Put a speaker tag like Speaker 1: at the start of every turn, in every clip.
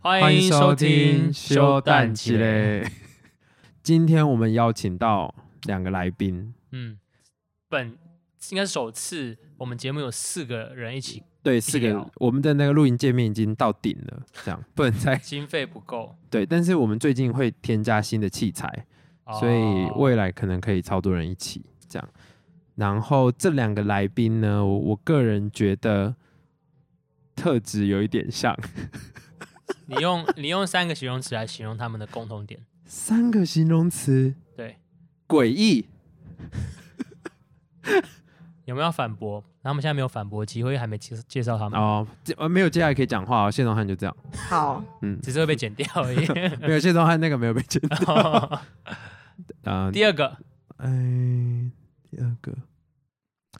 Speaker 1: 欢迎收听
Speaker 2: 休
Speaker 1: 休
Speaker 2: 蛋
Speaker 1: 蛋
Speaker 2: 鸡
Speaker 1: 鸡
Speaker 2: 嘞
Speaker 1: 嘞。
Speaker 2: 今天我们邀请到两个来宾，
Speaker 1: 嗯，本应该是首次我们节目有四个人一起，
Speaker 2: 对，四个人
Speaker 1: 聊，
Speaker 2: 我们的那个录音界面已经到顶了，这 样不能再
Speaker 1: 经费不够，
Speaker 2: 对。但是我们最近会添加新的器材，所以
Speaker 1: 哦
Speaker 2: 未来可能可以超多人一起这样。然后这两个来宾呢，我我个人觉得特质有一点像，
Speaker 1: 你用你用三个形容词来形容他们的共同点，
Speaker 2: 三个形容词：
Speaker 1: 对，
Speaker 2: 诡异、
Speaker 1: 有没有要反驳？他们现在没有反驳机会，因为还没介介绍他们，
Speaker 2: 哦，这呃没有接下来可以讲话哦。谢宗汉就这样，
Speaker 3: 好，
Speaker 2: 嗯，
Speaker 1: 只是会被剪掉而 已。哦
Speaker 2: 没有谢宗汉那个没有被剪掉。嗯、
Speaker 1: 第二个
Speaker 2: 哎，第二个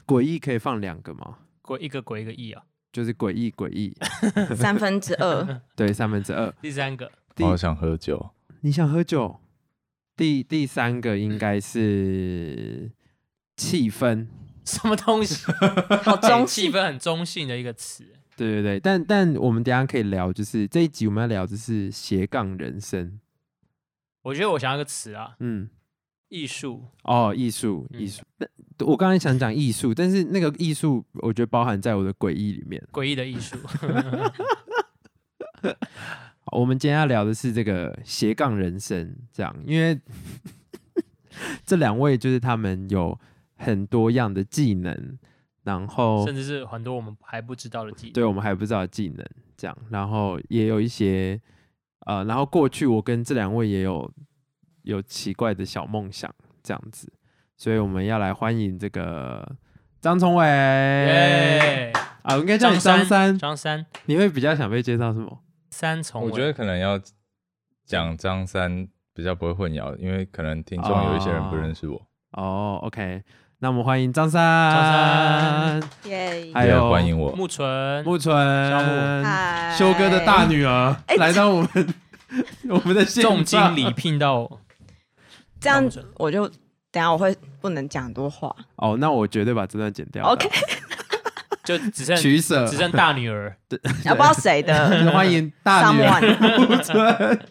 Speaker 2: 诡异可以放两个吗？
Speaker 1: 鬼一个鬼一个亿啊，
Speaker 2: 就是诡异诡异，
Speaker 3: 三分之二，
Speaker 2: 对，三分之二。
Speaker 1: 第三个
Speaker 2: 第
Speaker 4: 好想喝酒，
Speaker 2: 你想喝酒？第第三个应该是气氛，
Speaker 1: 什么东 西？
Speaker 3: 好
Speaker 1: 哎
Speaker 3: 中
Speaker 1: 气
Speaker 3: 气。
Speaker 1: 氛很中性的一个词，
Speaker 2: 对对对。但但我们等一下可以聊，就是这一集我们要聊就是斜杠人生，
Speaker 1: 我觉得我想要一个词啊，
Speaker 2: 嗯。
Speaker 1: 艺术，
Speaker 2: 哦，艺术，艺
Speaker 1: 嗯
Speaker 2: 术。那我刚才想讲艺术，但是那个艺术，我觉得包含在我的诡异里面。
Speaker 1: 诡异的艺术。
Speaker 2: 好我们今天要聊的是这个斜杠人生，这样，因为 这两位就是他们有很多样的技能，然后
Speaker 1: 甚至是很多我们还不知道的技能。
Speaker 2: 哦对我们还不知道的技能，这样，然后也有一些呃，然后过去我跟这两位也有有奇怪的小梦想，这样子，所以我们要来欢迎这个张崇伟
Speaker 1: 耶，
Speaker 2: 啊，我应该叫你张三，
Speaker 1: 张三，
Speaker 2: 你会比较想被介绍什么？
Speaker 1: 三重伟，
Speaker 4: 我觉得可能要讲张三比较不会混淆，因为可能听众有一些人不认识我。
Speaker 2: 哦，OK，那我们欢迎张
Speaker 1: 张
Speaker 2: 三，
Speaker 3: 耶！
Speaker 2: 还
Speaker 4: 对
Speaker 2: 有
Speaker 4: 欢迎我，
Speaker 1: 木纯，
Speaker 2: 木纯
Speaker 1: 小木、
Speaker 3: 嗨
Speaker 2: 修哥的大女儿
Speaker 3: 哎
Speaker 2: 来到我们 我们的现
Speaker 1: 重
Speaker 2: 场
Speaker 1: 金礼聘到，
Speaker 3: 这样我就等下我会不能讲 多话。
Speaker 2: 哦，那我绝对把这段剪掉的。
Speaker 3: OK，
Speaker 1: 就只剩
Speaker 2: 取舍，
Speaker 1: 只剩大女儿，
Speaker 3: 要不知道 谁的
Speaker 2: 欢迎大女儿
Speaker 3: someone
Speaker 2: 木纯。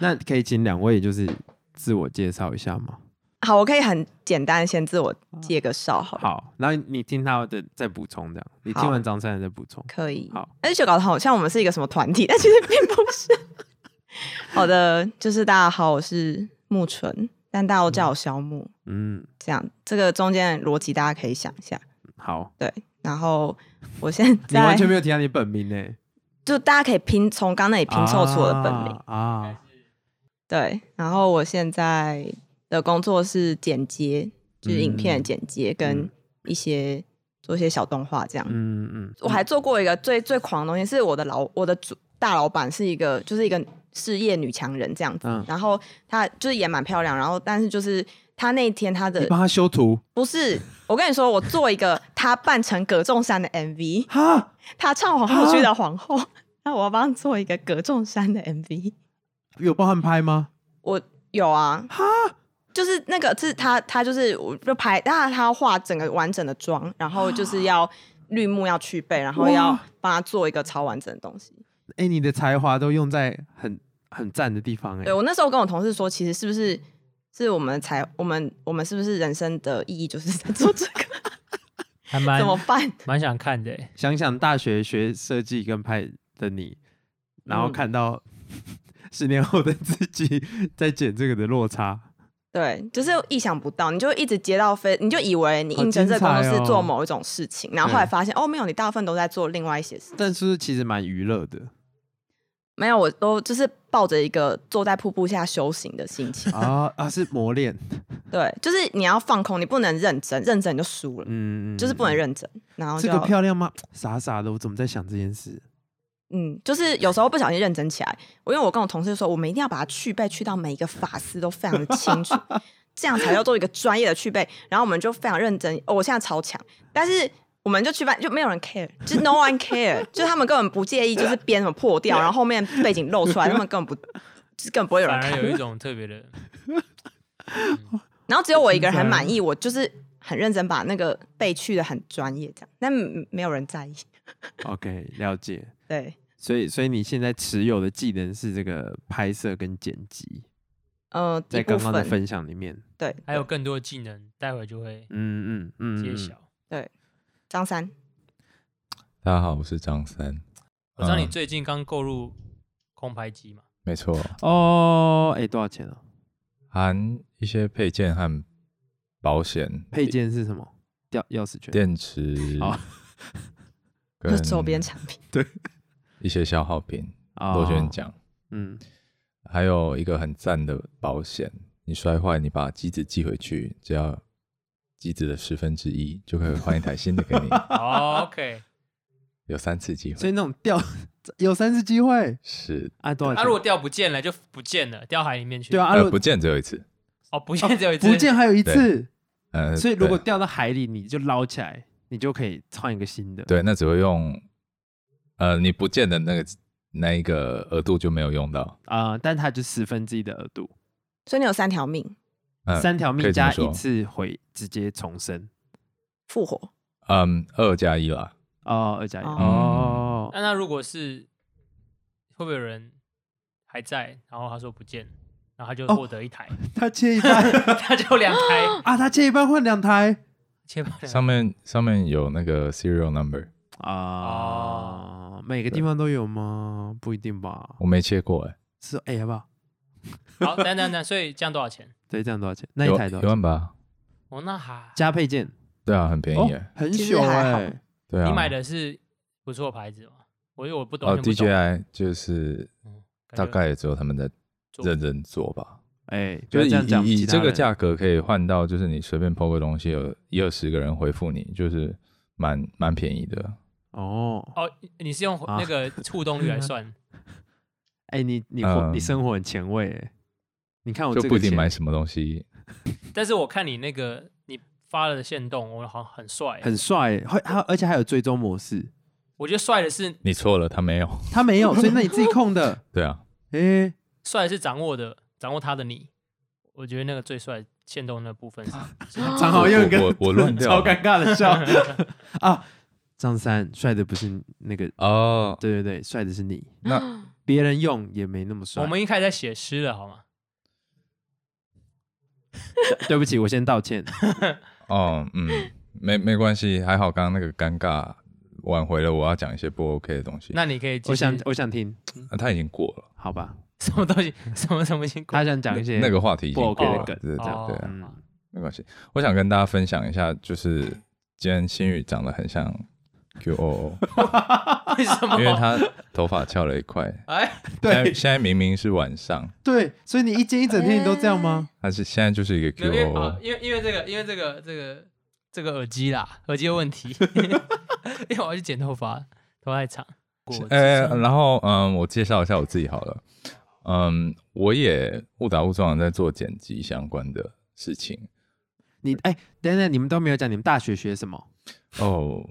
Speaker 2: 那可以请两位就是自我介绍一下吗？
Speaker 3: 好，我可以很简单地先自我介个绍，好了，
Speaker 2: 好，然后你听他的再补充，这样你听
Speaker 3: 好
Speaker 2: 完张三的再补充。
Speaker 3: 可以。
Speaker 2: 好，
Speaker 3: 但是就搞得好像我们是一个什么团体， 但其实并不是。 好的，就是大家好，我是木纯，但大家都叫我小木。
Speaker 2: 嗯，
Speaker 3: 这样，这个中间的逻辑大家可以想一下。
Speaker 2: 好，
Speaker 3: 然后我现
Speaker 2: 你完
Speaker 3: 在
Speaker 2: 全没有提到你本名呢、
Speaker 3: 就大家可以拼从刚那里拼凑出我的本名。
Speaker 2: 啊啊
Speaker 3: 对，然后我现在的工作是剪接，就是影
Speaker 2: 嗯
Speaker 3: 片的剪接、跟一些做一些小动画这样。
Speaker 2: 嗯嗯，
Speaker 3: 我还做过一个最最狂的东西，是我的老我的主大老板是一个就是一个事业女强人这样子，
Speaker 2: 嗯
Speaker 3: 然后她就是也蛮漂亮，然后但是就是她那天她
Speaker 2: 你
Speaker 3: 的
Speaker 2: 帮他修图
Speaker 3: 不是，我跟你说，我做一个她扮成葛仲山的 MV，
Speaker 2: 哈
Speaker 3: 她唱皇后区的皇后， 那我要帮她做一个葛仲山的 MV。
Speaker 2: 有帮他们拍吗？
Speaker 3: 我有啊，就是那个是他，他就是我就拍，他他要化整个完整的妆，然后就是要绿幕要去背，然后要帮他做一个超完整的东西。
Speaker 2: 哎、你的才华都用在很很赞的地方哎、
Speaker 3: 对我那时候跟我同事说，其实是不是是我们才我们我们是不是人生的意义就是在做这 个？
Speaker 1: 还蛮
Speaker 2: 哎
Speaker 3: 怎么办？
Speaker 1: 蛮想看的欸。
Speaker 2: 想想大学学设计跟拍的你，然后
Speaker 3: 嗯
Speaker 2: 看到 十年后的自 己在剪这个的落差，
Speaker 3: 对，就是意想不到，你就一直接到非，你就以为你应征这个工
Speaker 2: 好
Speaker 3: 作
Speaker 2: 精彩哦
Speaker 3: 是做某一种事情，然后后来发现哦，没有，你大部分都在做另外一些事。
Speaker 2: 但是不是其实蛮娱乐的
Speaker 3: 没有，我都就是抱着一个坐在瀑布下修行的心情。
Speaker 2: 啊啊，是磨练，
Speaker 3: 对，就是你要放空，你不能认真，认真你就输了，
Speaker 2: 嗯，
Speaker 3: 就是不能认真。然后
Speaker 2: 这
Speaker 3: 就
Speaker 2: 个
Speaker 3: 要
Speaker 2: 漂亮吗？傻傻的，我怎么在想这件事？
Speaker 3: 嗯，就是有时候不小心认真起来。我因为我跟我同事说，我们一定要把它去背，去到每一个发丝都非常的清 楚，这样才叫做一个专业的去背。然后我们就非常认真，哦、我现在超强，但是。我们就去办，就没有人 care，就是 no one care，就是他们根本不介意，就是边什么破掉，然后后面背景露出来，他们根本不，就是根本不会有
Speaker 2: 啊
Speaker 3: 人
Speaker 1: 反而
Speaker 3: 看。
Speaker 1: 有一种特别的，
Speaker 3: 然后只有我一个人很满意，我就是很认真把那个背去的很专业这样，但没有人在意。
Speaker 2: OK，了解。
Speaker 3: 对，
Speaker 2: 所以所以你现在持有的技能是这个拍摄跟剪辑，
Speaker 3: 呃，
Speaker 2: 在
Speaker 3: 一部
Speaker 2: 刚刚的
Speaker 3: 分
Speaker 2: 分享里面，
Speaker 3: 对，
Speaker 1: 还有更多的技能，待会就会
Speaker 2: 嗯嗯嗯，
Speaker 1: 揭
Speaker 2: 嗯
Speaker 1: 晓。
Speaker 3: 张三，
Speaker 4: 大家好，我是张三，
Speaker 1: 我知道你
Speaker 4: 嗯
Speaker 1: 最近刚购入空拍机 嘛，
Speaker 4: 没错，
Speaker 2: 哦，哎，多少钱啊？
Speaker 4: 含一些配件和保险、
Speaker 2: 配件是什么？钥钥匙圈？
Speaker 4: 电池
Speaker 2: 哦，
Speaker 3: 就
Speaker 4: 跟
Speaker 3: 周边产品，
Speaker 4: 一些消耗品，
Speaker 2: 哦
Speaker 4: 螺旋，桨，
Speaker 2: 嗯，
Speaker 4: 还有一个很赞的保险，你摔坏，你把机子寄回去，只要机子的十分之一就可以换一台新的给你，
Speaker 1: 哦 OK，
Speaker 4: 有三次机会
Speaker 2: 所。以那种掉 有三次机会
Speaker 4: 是，
Speaker 2: 啊，多少
Speaker 1: 那、
Speaker 2: 钱？
Speaker 1: 如果掉不见了就不见了，掉海里面去。
Speaker 2: 对啊，，啊
Speaker 4: 呃，
Speaker 2: 如
Speaker 4: 不
Speaker 2: 果
Speaker 4: 见只有一次。
Speaker 1: 哦，不见只有一只。
Speaker 2: 不见还有一
Speaker 4: 对
Speaker 2: 次，
Speaker 4: 呃，
Speaker 2: 所以如果
Speaker 4: 对
Speaker 2: 掉到海里，你就捞起来，你就可以换一个新的。，
Speaker 4: 对，那只会用，呃，你不见的那个那一个额度就没有用到，
Speaker 2: 啊，但它就十分之一的额度，
Speaker 3: 所以你有三条命
Speaker 4: 嗯
Speaker 2: 三条
Speaker 4: 可
Speaker 2: 命
Speaker 4: 以这么
Speaker 2: 加
Speaker 4: 说
Speaker 2: 一次回直接重生。
Speaker 3: 复活，
Speaker 4: 嗯，二加一啦，
Speaker 2: 哦，二加一
Speaker 3: 哦
Speaker 2: 哦
Speaker 1: 那那如果是会不会有人还在，然后他说不见了，然后他就
Speaker 2: 哦
Speaker 1: 获得一台，
Speaker 2: 他切一 半
Speaker 1: 他就两台，
Speaker 2: 啊，他切一半换两台
Speaker 1: 切不了。
Speaker 4: 上面上面有那个 serial number，
Speaker 2: 啊，每个地方都有吗？不一定吧，
Speaker 4: 我没切过哎、
Speaker 2: 是哎，好不好？
Speaker 1: 好，等等等，所以这样多少钱？
Speaker 2: 对，这样多少钱？那
Speaker 4: 欸，有
Speaker 2: 一台多少
Speaker 4: 一
Speaker 2: 钱？
Speaker 4: 万八，
Speaker 1: 哦，那还
Speaker 2: 加配件
Speaker 4: 对啊，很便宜哎、
Speaker 2: 哦，很
Speaker 3: 其实
Speaker 2: 小
Speaker 3: 还好
Speaker 2: 哎，
Speaker 4: 对啊，
Speaker 1: 你买的是不错牌子嘛？我因为我不懂，
Speaker 4: 哦
Speaker 1: 听不懂
Speaker 4: ，DJI 就是
Speaker 1: 感觉
Speaker 4: 大概也只有他们在
Speaker 1: 做
Speaker 4: 认真做吧，
Speaker 2: 哎，不
Speaker 4: 就
Speaker 2: 要
Speaker 4: 是
Speaker 2: 这样讲，
Speaker 4: 以以
Speaker 2: 其他
Speaker 4: 这个
Speaker 2: 人
Speaker 4: 价格可以换到，就是你随便抛个东西，有一二十个人回复你，就是蛮蛮便宜的。
Speaker 2: 哦，
Speaker 1: 哦，你是用
Speaker 2: 啊
Speaker 1: 那个触动率来 算，
Speaker 2: 哎，你你活你
Speaker 4: 嗯
Speaker 2: 生活很前卫哎，你看我哦
Speaker 4: 就
Speaker 2: 这
Speaker 4: 不
Speaker 2: 个
Speaker 4: 一定
Speaker 2: 钱
Speaker 4: 买什么东西，
Speaker 1: 但是我看你那个你发了的线动，我好像很帅，
Speaker 2: 很帅欸，会还而且还有追踪模式，
Speaker 1: 我觉得帅的是
Speaker 4: 你错了，他没有。
Speaker 2: 他没有，所以那你自己控 的，
Speaker 4: 对啊，
Speaker 2: 哎，
Speaker 1: 帅的是掌握的掌握他的你，我觉得那个最帅线动那部分是是他
Speaker 2: 张好用跟
Speaker 4: 我我我乱 掉
Speaker 2: 超
Speaker 4: 了
Speaker 2: 尴尬的笑 啊，张三帅的不是那个，
Speaker 4: 哦，
Speaker 2: 对对对，帅的是你，
Speaker 4: 那
Speaker 2: 别人用也没那么帅。
Speaker 1: 我们一开始在写诗了，好吗？
Speaker 2: 对不起，我先道 歉。
Speaker 4: 哦，嗯，没没关系，还好刚刚那个尴尬挽回了。我要讲一些不 OK 的东西，
Speaker 1: 那你可以继
Speaker 2: 我
Speaker 1: 续
Speaker 2: 想，我想听，
Speaker 4: 那他已经过了，
Speaker 2: 好吧？
Speaker 1: 什么东西，什么什么 情况？
Speaker 2: 他想讲一些
Speaker 4: 那个话题已经
Speaker 2: 不 OK
Speaker 4: 过
Speaker 2: 的
Speaker 4: 了，
Speaker 2: 梗
Speaker 4: 对对
Speaker 1: 哦
Speaker 4: 对啊，
Speaker 2: 嗯
Speaker 4: 没关系。我想跟大家分享一下，就是今天新宇长得很像 QOO，
Speaker 1: 为什么？
Speaker 4: 因为他头发翘了 一块。
Speaker 1: 哎，
Speaker 4: 对，现在明明是晚上，
Speaker 2: 对，所以你一天一整天你都这样吗？
Speaker 3: 哎
Speaker 4: 他是现在就是一个
Speaker 1: 没有因为啊
Speaker 4: QOO，
Speaker 1: 因为因为这个，因为这个这个这个耳机啦，耳机的问题， 因为我要去剪头发，头发太长。果汁
Speaker 4: 哎、然后嗯，我介绍一下我自己好了。嗯，我也误打误撞地在做剪辑相关的事情。
Speaker 2: 你哎，等等，你们都没有讲你们大学学什么？
Speaker 4: 哦，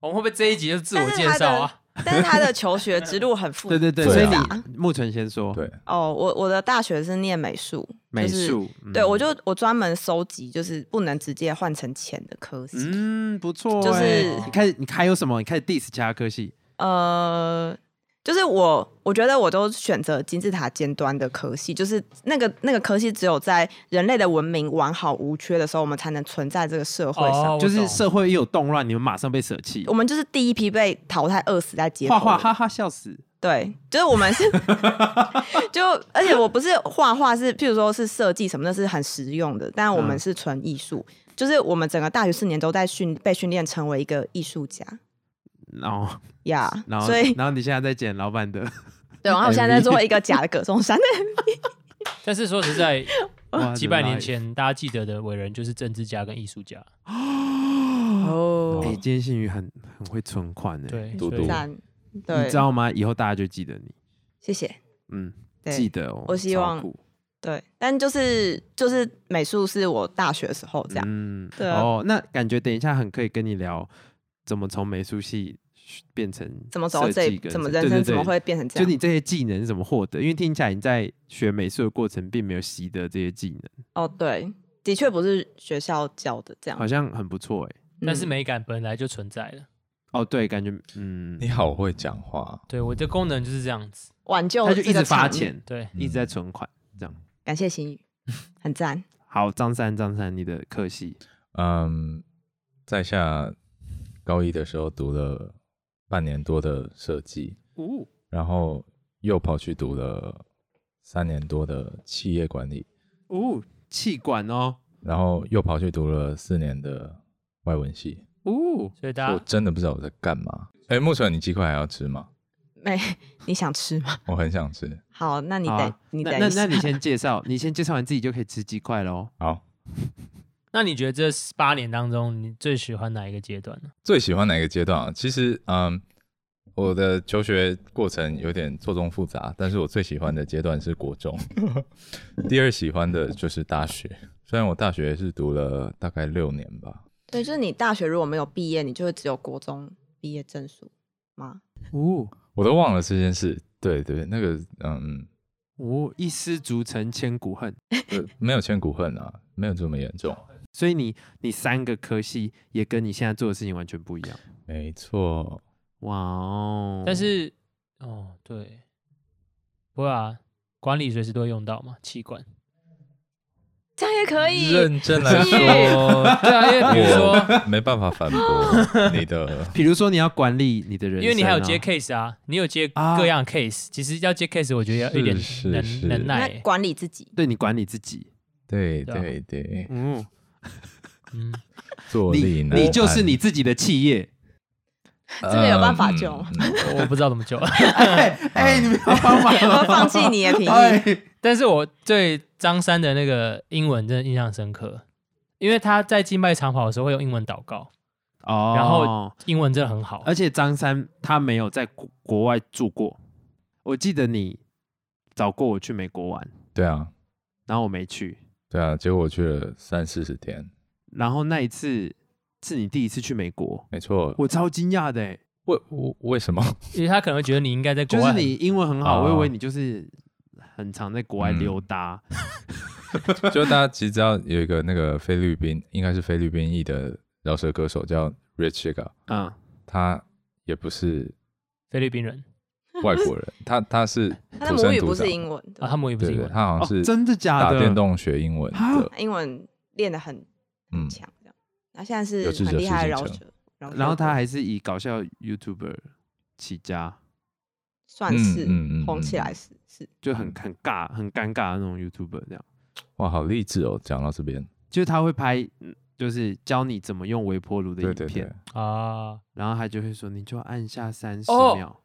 Speaker 1: 我们会不会这一集就自我
Speaker 3: 但是
Speaker 1: 介
Speaker 3: 他
Speaker 1: 绍
Speaker 3: 的
Speaker 1: 啊？
Speaker 3: 但是他的求学之路很复杂。
Speaker 2: 对对对，
Speaker 4: 对
Speaker 2: 所以
Speaker 4: 啊
Speaker 2: 你木纯先说，
Speaker 4: 对，
Speaker 3: 哦，我我的大学是念美术，
Speaker 2: 美
Speaker 3: 就是
Speaker 2: 术，嗯
Speaker 3: 对我就我专门收集，就是不能直接换成钱的科系。
Speaker 2: 嗯不错欸，
Speaker 3: 就是
Speaker 2: 你开始你还有什么？你开始 diss 其他科系嗯
Speaker 3: 呃，就是我，我觉得我都选择金字塔尖端的科系，就是那个那个科系，只有在人类的文明完好无缺的时候，我们才能存在这个社会上。
Speaker 1: 哦，我
Speaker 2: 就是
Speaker 1: 懂
Speaker 2: 社会一有动乱，你们马上被舍弃
Speaker 3: 我。们就是第一批被淘汰、饿死在街头
Speaker 2: 画画
Speaker 3: 的。
Speaker 2: 哈哈笑死，
Speaker 3: 对，就是我 们是，就而且我不是画画是，譬如说是设计什么，那是很实用的，但我们
Speaker 2: 嗯
Speaker 3: 是纯艺术。就是我们整个大学四年都在训被训练成为一个艺术家
Speaker 2: 然后
Speaker 3: 呀
Speaker 2: 然后
Speaker 3: 所以
Speaker 2: 然后你现在在剪老 板的，
Speaker 3: 对，然后我现在在做一个假的葛 中山，
Speaker 1: 但是说实在，
Speaker 2: 哇
Speaker 1: 几百年，前大家记得的伟人就是政治家跟艺术家。
Speaker 3: 哦
Speaker 2: 哎，今天信宇很很会存款哎，
Speaker 1: 对，
Speaker 4: 嘟
Speaker 1: 所以
Speaker 4: 嘟
Speaker 3: 赞，
Speaker 2: 你
Speaker 3: 对
Speaker 2: 知，道吗？以后大家就记得你，
Speaker 3: 谢谢。
Speaker 2: 嗯，
Speaker 3: 对
Speaker 2: 记得哦。
Speaker 3: 我希
Speaker 2: 超
Speaker 3: 望
Speaker 2: 酷
Speaker 3: 对，但就是就是美术是我大学的时候这样，
Speaker 2: 嗯，
Speaker 3: 对啊
Speaker 2: 哦，那感觉等一下很可以跟你聊怎么从美术系变成
Speaker 3: 怎么走到
Speaker 2: 设
Speaker 3: 这
Speaker 2: 计
Speaker 3: 一，
Speaker 2: 跟
Speaker 3: 怎么
Speaker 2: 设
Speaker 3: 人生
Speaker 2: 对对
Speaker 3: 怎么
Speaker 2: 对
Speaker 3: 会变成这
Speaker 2: 就
Speaker 3: 样？
Speaker 2: 你这些技能是怎么获得？因为听起来你在学美术的过程并没有习得这些技能，
Speaker 3: 哦，对，的确不是学校教的这样
Speaker 2: 好，像很不错哎、
Speaker 1: 但是
Speaker 3: 嗯
Speaker 1: 美感本来就存在了。
Speaker 2: 哦，对，感觉嗯
Speaker 4: 你，好会讲话，
Speaker 1: 对，我的功能就是这样子。
Speaker 3: 挽救
Speaker 2: 他就
Speaker 3: 这
Speaker 2: 一
Speaker 3: 个
Speaker 2: 直发
Speaker 3: 场
Speaker 2: 钱，
Speaker 1: 对，
Speaker 2: 一直
Speaker 4: 嗯
Speaker 2: 在存款，这样。
Speaker 3: 感谢心宇， 很赞。
Speaker 2: 好，张三，张三，你的科系
Speaker 4: 嗯，在下高一的时候读了半年多的设计，
Speaker 2: 哦，
Speaker 4: 然后又跑去读了三年多的企业管理，
Speaker 2: 哦，气管哦，
Speaker 4: 然后又跑去读了四年的外文系。
Speaker 2: 哦，
Speaker 1: 所以大
Speaker 4: 我
Speaker 1: 家
Speaker 4: 真的不知道我在干嘛。哎，木纯，你鸡块还要吃吗？
Speaker 3: 没，哎你想吃吗？
Speaker 4: 我很想吃。
Speaker 3: 好，那你
Speaker 2: 好
Speaker 3: 等、
Speaker 2: 啊
Speaker 3: 你
Speaker 2: 那
Speaker 3: 等
Speaker 2: 那
Speaker 3: 一
Speaker 2: 那
Speaker 3: 下。
Speaker 2: 你先介绍，你先介绍完自己就可以吃鸡块 喽。
Speaker 4: 好，
Speaker 1: 那你觉得这八年当中，你最喜欢哪一个阶段呢？
Speaker 4: 最喜欢哪个阶段啊？其实，嗯，我的求学过程有点错综复杂，但是我最喜欢的阶段是 国中，第二喜欢的就是大学。虽然我大学是读了大概六年吧，
Speaker 3: 对，就是你大学如果没有毕业，你就会只有国中毕业证书吗？
Speaker 2: 哦
Speaker 4: 我都忘了这件事。对对，那个，嗯，
Speaker 2: 哦，一失足成千古恨，
Speaker 4: 呃没有千古恨啊，没有这么严重。
Speaker 2: 所以你你三个科系也跟你现在做的事情完全不一样。
Speaker 4: 没错，
Speaker 2: 哇哦！
Speaker 1: 但是哦，对，不会啊，管理随时都会用到嘛，气 管。
Speaker 3: 这样也可以。
Speaker 4: 认真来
Speaker 3: 是
Speaker 4: 说，
Speaker 1: 对啊，因为比如说，
Speaker 4: 我没办法反驳你的。
Speaker 2: 比如说你要管理你的人生啊、
Speaker 1: 因为你还有接 case 啊，你有接
Speaker 2: 啊
Speaker 1: 各样 case，其实要接 case，我觉得要有一点
Speaker 4: 是是是
Speaker 1: 能能
Speaker 3: 那
Speaker 1: 耐。欸
Speaker 3: 管理自己，
Speaker 2: 对你管理自己，
Speaker 4: 对
Speaker 1: 对啊
Speaker 4: 对对，
Speaker 2: 嗯，
Speaker 1: 嗯，
Speaker 4: 坐立
Speaker 2: 你
Speaker 4: 难
Speaker 2: 你就是
Speaker 4: 安
Speaker 2: 你自己的企业。
Speaker 4: 这
Speaker 3: 个有办法
Speaker 4: 嗯
Speaker 3: 救吗
Speaker 1: 我不知道怎么救。
Speaker 2: 哎、你们要帮忙哎
Speaker 3: 我会 放弃 你的便
Speaker 4: 哎
Speaker 3: 宜。
Speaker 1: 但是我对张三的那个英文真的印象深刻，因为他在竞拜长跑的时候会用英文祷告，
Speaker 2: 哦，
Speaker 1: 然后英文真的很好。
Speaker 2: 而且张三他没有在国国外住过，我记得你找过我去美国玩，
Speaker 4: 对啊，
Speaker 2: 然后我没去，
Speaker 4: 对啊，结果我去了三四十天，
Speaker 2: 然后那一次是你第一次去美国，
Speaker 4: 没错。
Speaker 2: 我超惊讶的、欸，
Speaker 4: 为为为什么？
Speaker 1: 因为他可能会觉得你应该在国
Speaker 2: 就
Speaker 1: 外
Speaker 2: 是
Speaker 1: 很，
Speaker 2: 你英文很好，
Speaker 4: 哦嗯
Speaker 2: 我以为你就是很常在国外溜达，
Speaker 4: 就大家其实知道有一个那个菲律宾，应该是菲律宾裔的饶舌歌手叫 Rich Chiga，
Speaker 2: 嗯，
Speaker 4: 他也不是
Speaker 1: 菲律宾人
Speaker 4: 外国人，他他是
Speaker 3: 他的
Speaker 4: 土
Speaker 3: 母
Speaker 4: 生
Speaker 3: 语
Speaker 4: 土
Speaker 3: 不
Speaker 4: 长
Speaker 3: 是，英文，对
Speaker 1: 啊，他母语不是
Speaker 4: 对
Speaker 1: 英
Speaker 4: 对，
Speaker 1: 文。
Speaker 4: 他好像
Speaker 2: 哦
Speaker 4: 是
Speaker 2: 真的假
Speaker 4: 打
Speaker 2: 的？啊
Speaker 4: 电动学英文的，
Speaker 3: 他英文练得很
Speaker 4: 嗯
Speaker 3: 很，强，这样。那现在是
Speaker 4: 有志者
Speaker 3: 很厉害的
Speaker 4: 事
Speaker 3: 饶
Speaker 4: 竟
Speaker 3: 舌，
Speaker 2: 然后他
Speaker 3: 还
Speaker 2: 还是以搞笑 YouTuber 起家，
Speaker 3: 算是
Speaker 4: 嗯嗯嗯
Speaker 3: 红起
Speaker 4: 嗯
Speaker 3: 来是是。
Speaker 2: 就很很尬、很尴尬的那种 YouTuber 这样。
Speaker 4: 哇，好励志哦！讲到这边，
Speaker 2: 就是他会拍，嗯就是教你怎么用微波炉的影
Speaker 4: 对
Speaker 2: 片，
Speaker 4: 对对，
Speaker 1: 啊，
Speaker 2: 然后他就会说你就按下三十
Speaker 1: 哦
Speaker 2: 秒，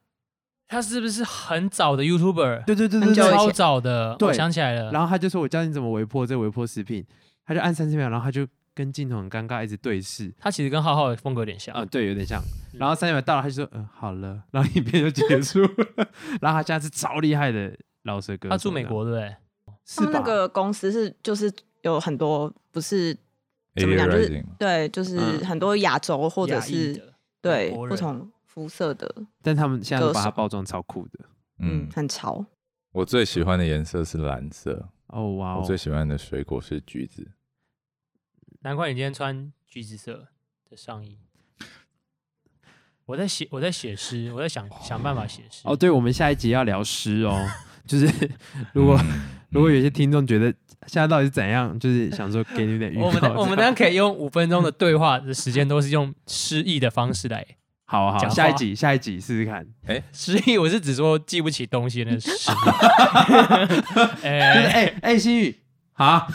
Speaker 1: 他是不是很早的 YouTuber？
Speaker 2: 对对对对
Speaker 3: 很久
Speaker 2: 对
Speaker 3: 以
Speaker 1: 嗯
Speaker 3: 前，
Speaker 1: 超早的，
Speaker 2: 对
Speaker 1: 我想起来了。
Speaker 2: 然后他就说我教你怎么微波这微波食品，他就按三十秒，然后他就跟镜头很尴尬一直对视，
Speaker 1: 他其实跟浩浩的风格有点像
Speaker 2: 啊、，对，有点像，然后三十秒到了他就说嗯好了，然后影片就结束了， 然后他现在是超厉害的老舌歌手，
Speaker 1: 他住美国对不对？
Speaker 2: 是
Speaker 3: 他们那
Speaker 2: 吧？
Speaker 3: 个公司是就是有很多不是怎么
Speaker 4: Alien
Speaker 3: 讲，就是
Speaker 4: Rising 嘛
Speaker 3: 对，就是
Speaker 2: 嗯
Speaker 3: 很多亚洲或者
Speaker 1: 亚裔
Speaker 3: 是
Speaker 1: 的
Speaker 3: 对
Speaker 1: 美国
Speaker 3: 不
Speaker 1: 人
Speaker 3: 同肤色的，
Speaker 2: 但他们现在都
Speaker 3: 歌
Speaker 2: 把它
Speaker 3: 手
Speaker 2: 包装超酷的，
Speaker 3: 嗯，，
Speaker 4: 嗯
Speaker 3: 很潮。
Speaker 4: 我最喜欢的颜色是蓝色，
Speaker 2: 哦哇
Speaker 4: 我
Speaker 2: 哦
Speaker 4: 最，喜欢的水果是橘子。
Speaker 1: 难怪你今天穿橘子色的上衣。我在写，我在写诗，我在想想办法写诗。
Speaker 2: 哦，对，我们下一集要聊诗哦， 就是如 果。
Speaker 4: 嗯
Speaker 2: 如果有些听众觉得现在到底是怎样，就是想说给你们点预告。
Speaker 1: 我们等我们
Speaker 2: 这
Speaker 1: 当
Speaker 2: 样
Speaker 1: 然可以用五分钟的对话的时间，都是用诗意的方式来
Speaker 2: 好好
Speaker 1: 讲话
Speaker 2: 下一集下一集试试看，
Speaker 1: 诗意。我是只说记不起东西的那个诗。
Speaker 2: 就是
Speaker 1: 哎、
Speaker 2: 哎哎新 宇，好，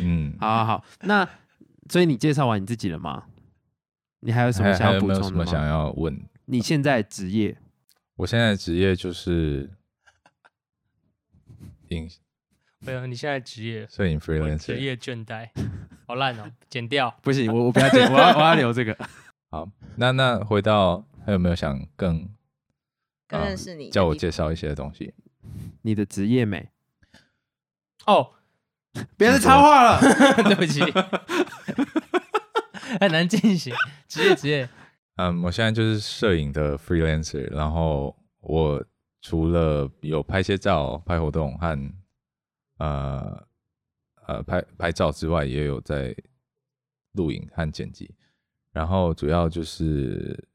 Speaker 4: 嗯，
Speaker 2: 好好好，那所以你介绍完你自己了吗？你还有什么
Speaker 4: 还哎还
Speaker 2: 想
Speaker 4: 有
Speaker 2: 要补
Speaker 4: 没有什
Speaker 2: 充
Speaker 4: 么
Speaker 2: 的
Speaker 4: 想
Speaker 2: 吗？
Speaker 4: 要问？
Speaker 2: 你现在职业
Speaker 4: 我现在的职业就是影
Speaker 1: 没有，你现在职业
Speaker 4: 摄影
Speaker 1: 我职
Speaker 4: freelancer。
Speaker 1: 业倦怠，好烂哦，剪掉。
Speaker 2: 不行，我我不要 剪，我要我要留这个。
Speaker 4: 好，那那回到还有没有想更
Speaker 3: 更
Speaker 4: 啊
Speaker 3: 认识你的
Speaker 4: 叫我
Speaker 3: 地方
Speaker 4: 介绍一些东西？
Speaker 2: 你的职业美，
Speaker 1: 哦，
Speaker 2: 别再插话了。
Speaker 1: 对不起，很难进行。职业职业，
Speaker 4: 嗯，我现在就是摄影的 freelancer，然后我除了有拍些照、拍活动和呃呃拍拍照之外，也有在录影和剪辑，然后主要就是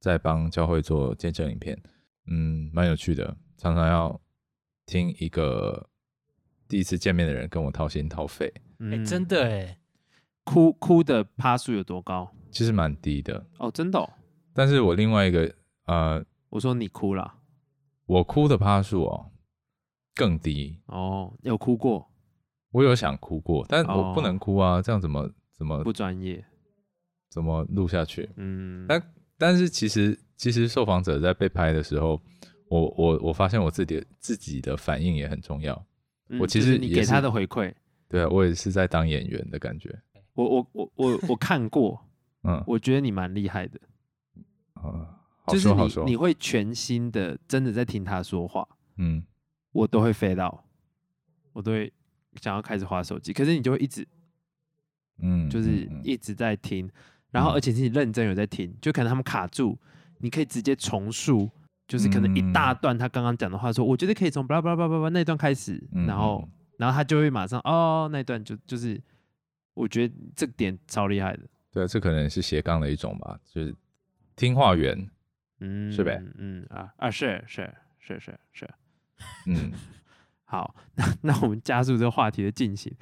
Speaker 4: 在帮教会做见证影片，嗯，蛮有趣的，常常要听一个第一次见面的人跟我掏心掏肺，
Speaker 1: 哎、
Speaker 2: 嗯
Speaker 1: 真的哎，
Speaker 2: 哭哭的趴数有多高？
Speaker 4: 其实蛮低的，
Speaker 2: 哦，真的哦、
Speaker 4: 但是我另外一个呃，
Speaker 2: 我说你哭了
Speaker 4: 我哭的趴数哦更低，
Speaker 2: 哦，有哭过，
Speaker 4: 我有想哭过，但我不
Speaker 2: 哦
Speaker 4: 能哭啊，这样怎么怎么
Speaker 2: 不专业。
Speaker 4: 怎么录下去？
Speaker 2: 嗯，
Speaker 4: 但但是其实其实受访者在被拍的时候，我我我发现我自己的自己的反应也很重要。
Speaker 2: 嗯
Speaker 4: 我其
Speaker 2: 就是
Speaker 4: 实
Speaker 2: 你
Speaker 4: 也
Speaker 2: 给他
Speaker 4: 是
Speaker 2: 的回馈，
Speaker 4: 对啊，我也是在当演员的感觉。
Speaker 2: 我我我我我看过，
Speaker 4: 嗯，
Speaker 2: 我觉得你蛮厉害的，
Speaker 4: 嗯好
Speaker 2: 就是
Speaker 4: 说好
Speaker 2: 你
Speaker 4: 说
Speaker 2: 你。会全心的真的在听他说话，
Speaker 4: 嗯，
Speaker 2: 我都会飞到，我都会想要开始划手机，可是你就会一直
Speaker 4: 嗯，
Speaker 2: 就是
Speaker 4: 嗯嗯
Speaker 2: 一直在听，然后
Speaker 4: 嗯
Speaker 2: 而且是你认真有在听，就可能他们卡住，你可以直接重述，就是可能一大
Speaker 4: 嗯
Speaker 2: 段他刚刚讲的话说，我觉得可以从巴拉巴拉巴拉巴拉那一段开始，
Speaker 4: 嗯
Speaker 2: 然后
Speaker 4: 嗯
Speaker 2: 然后他就会马上哦那一段就就是，我觉得这个点超厉害的，
Speaker 4: 对啊，这可能是斜杠的一种吧，就是听话员。
Speaker 2: 嗯，
Speaker 4: 是呗
Speaker 2: 嗯啊啊是是是是是，
Speaker 4: 嗯，
Speaker 2: 好， 那那我们加速这个话题的进行，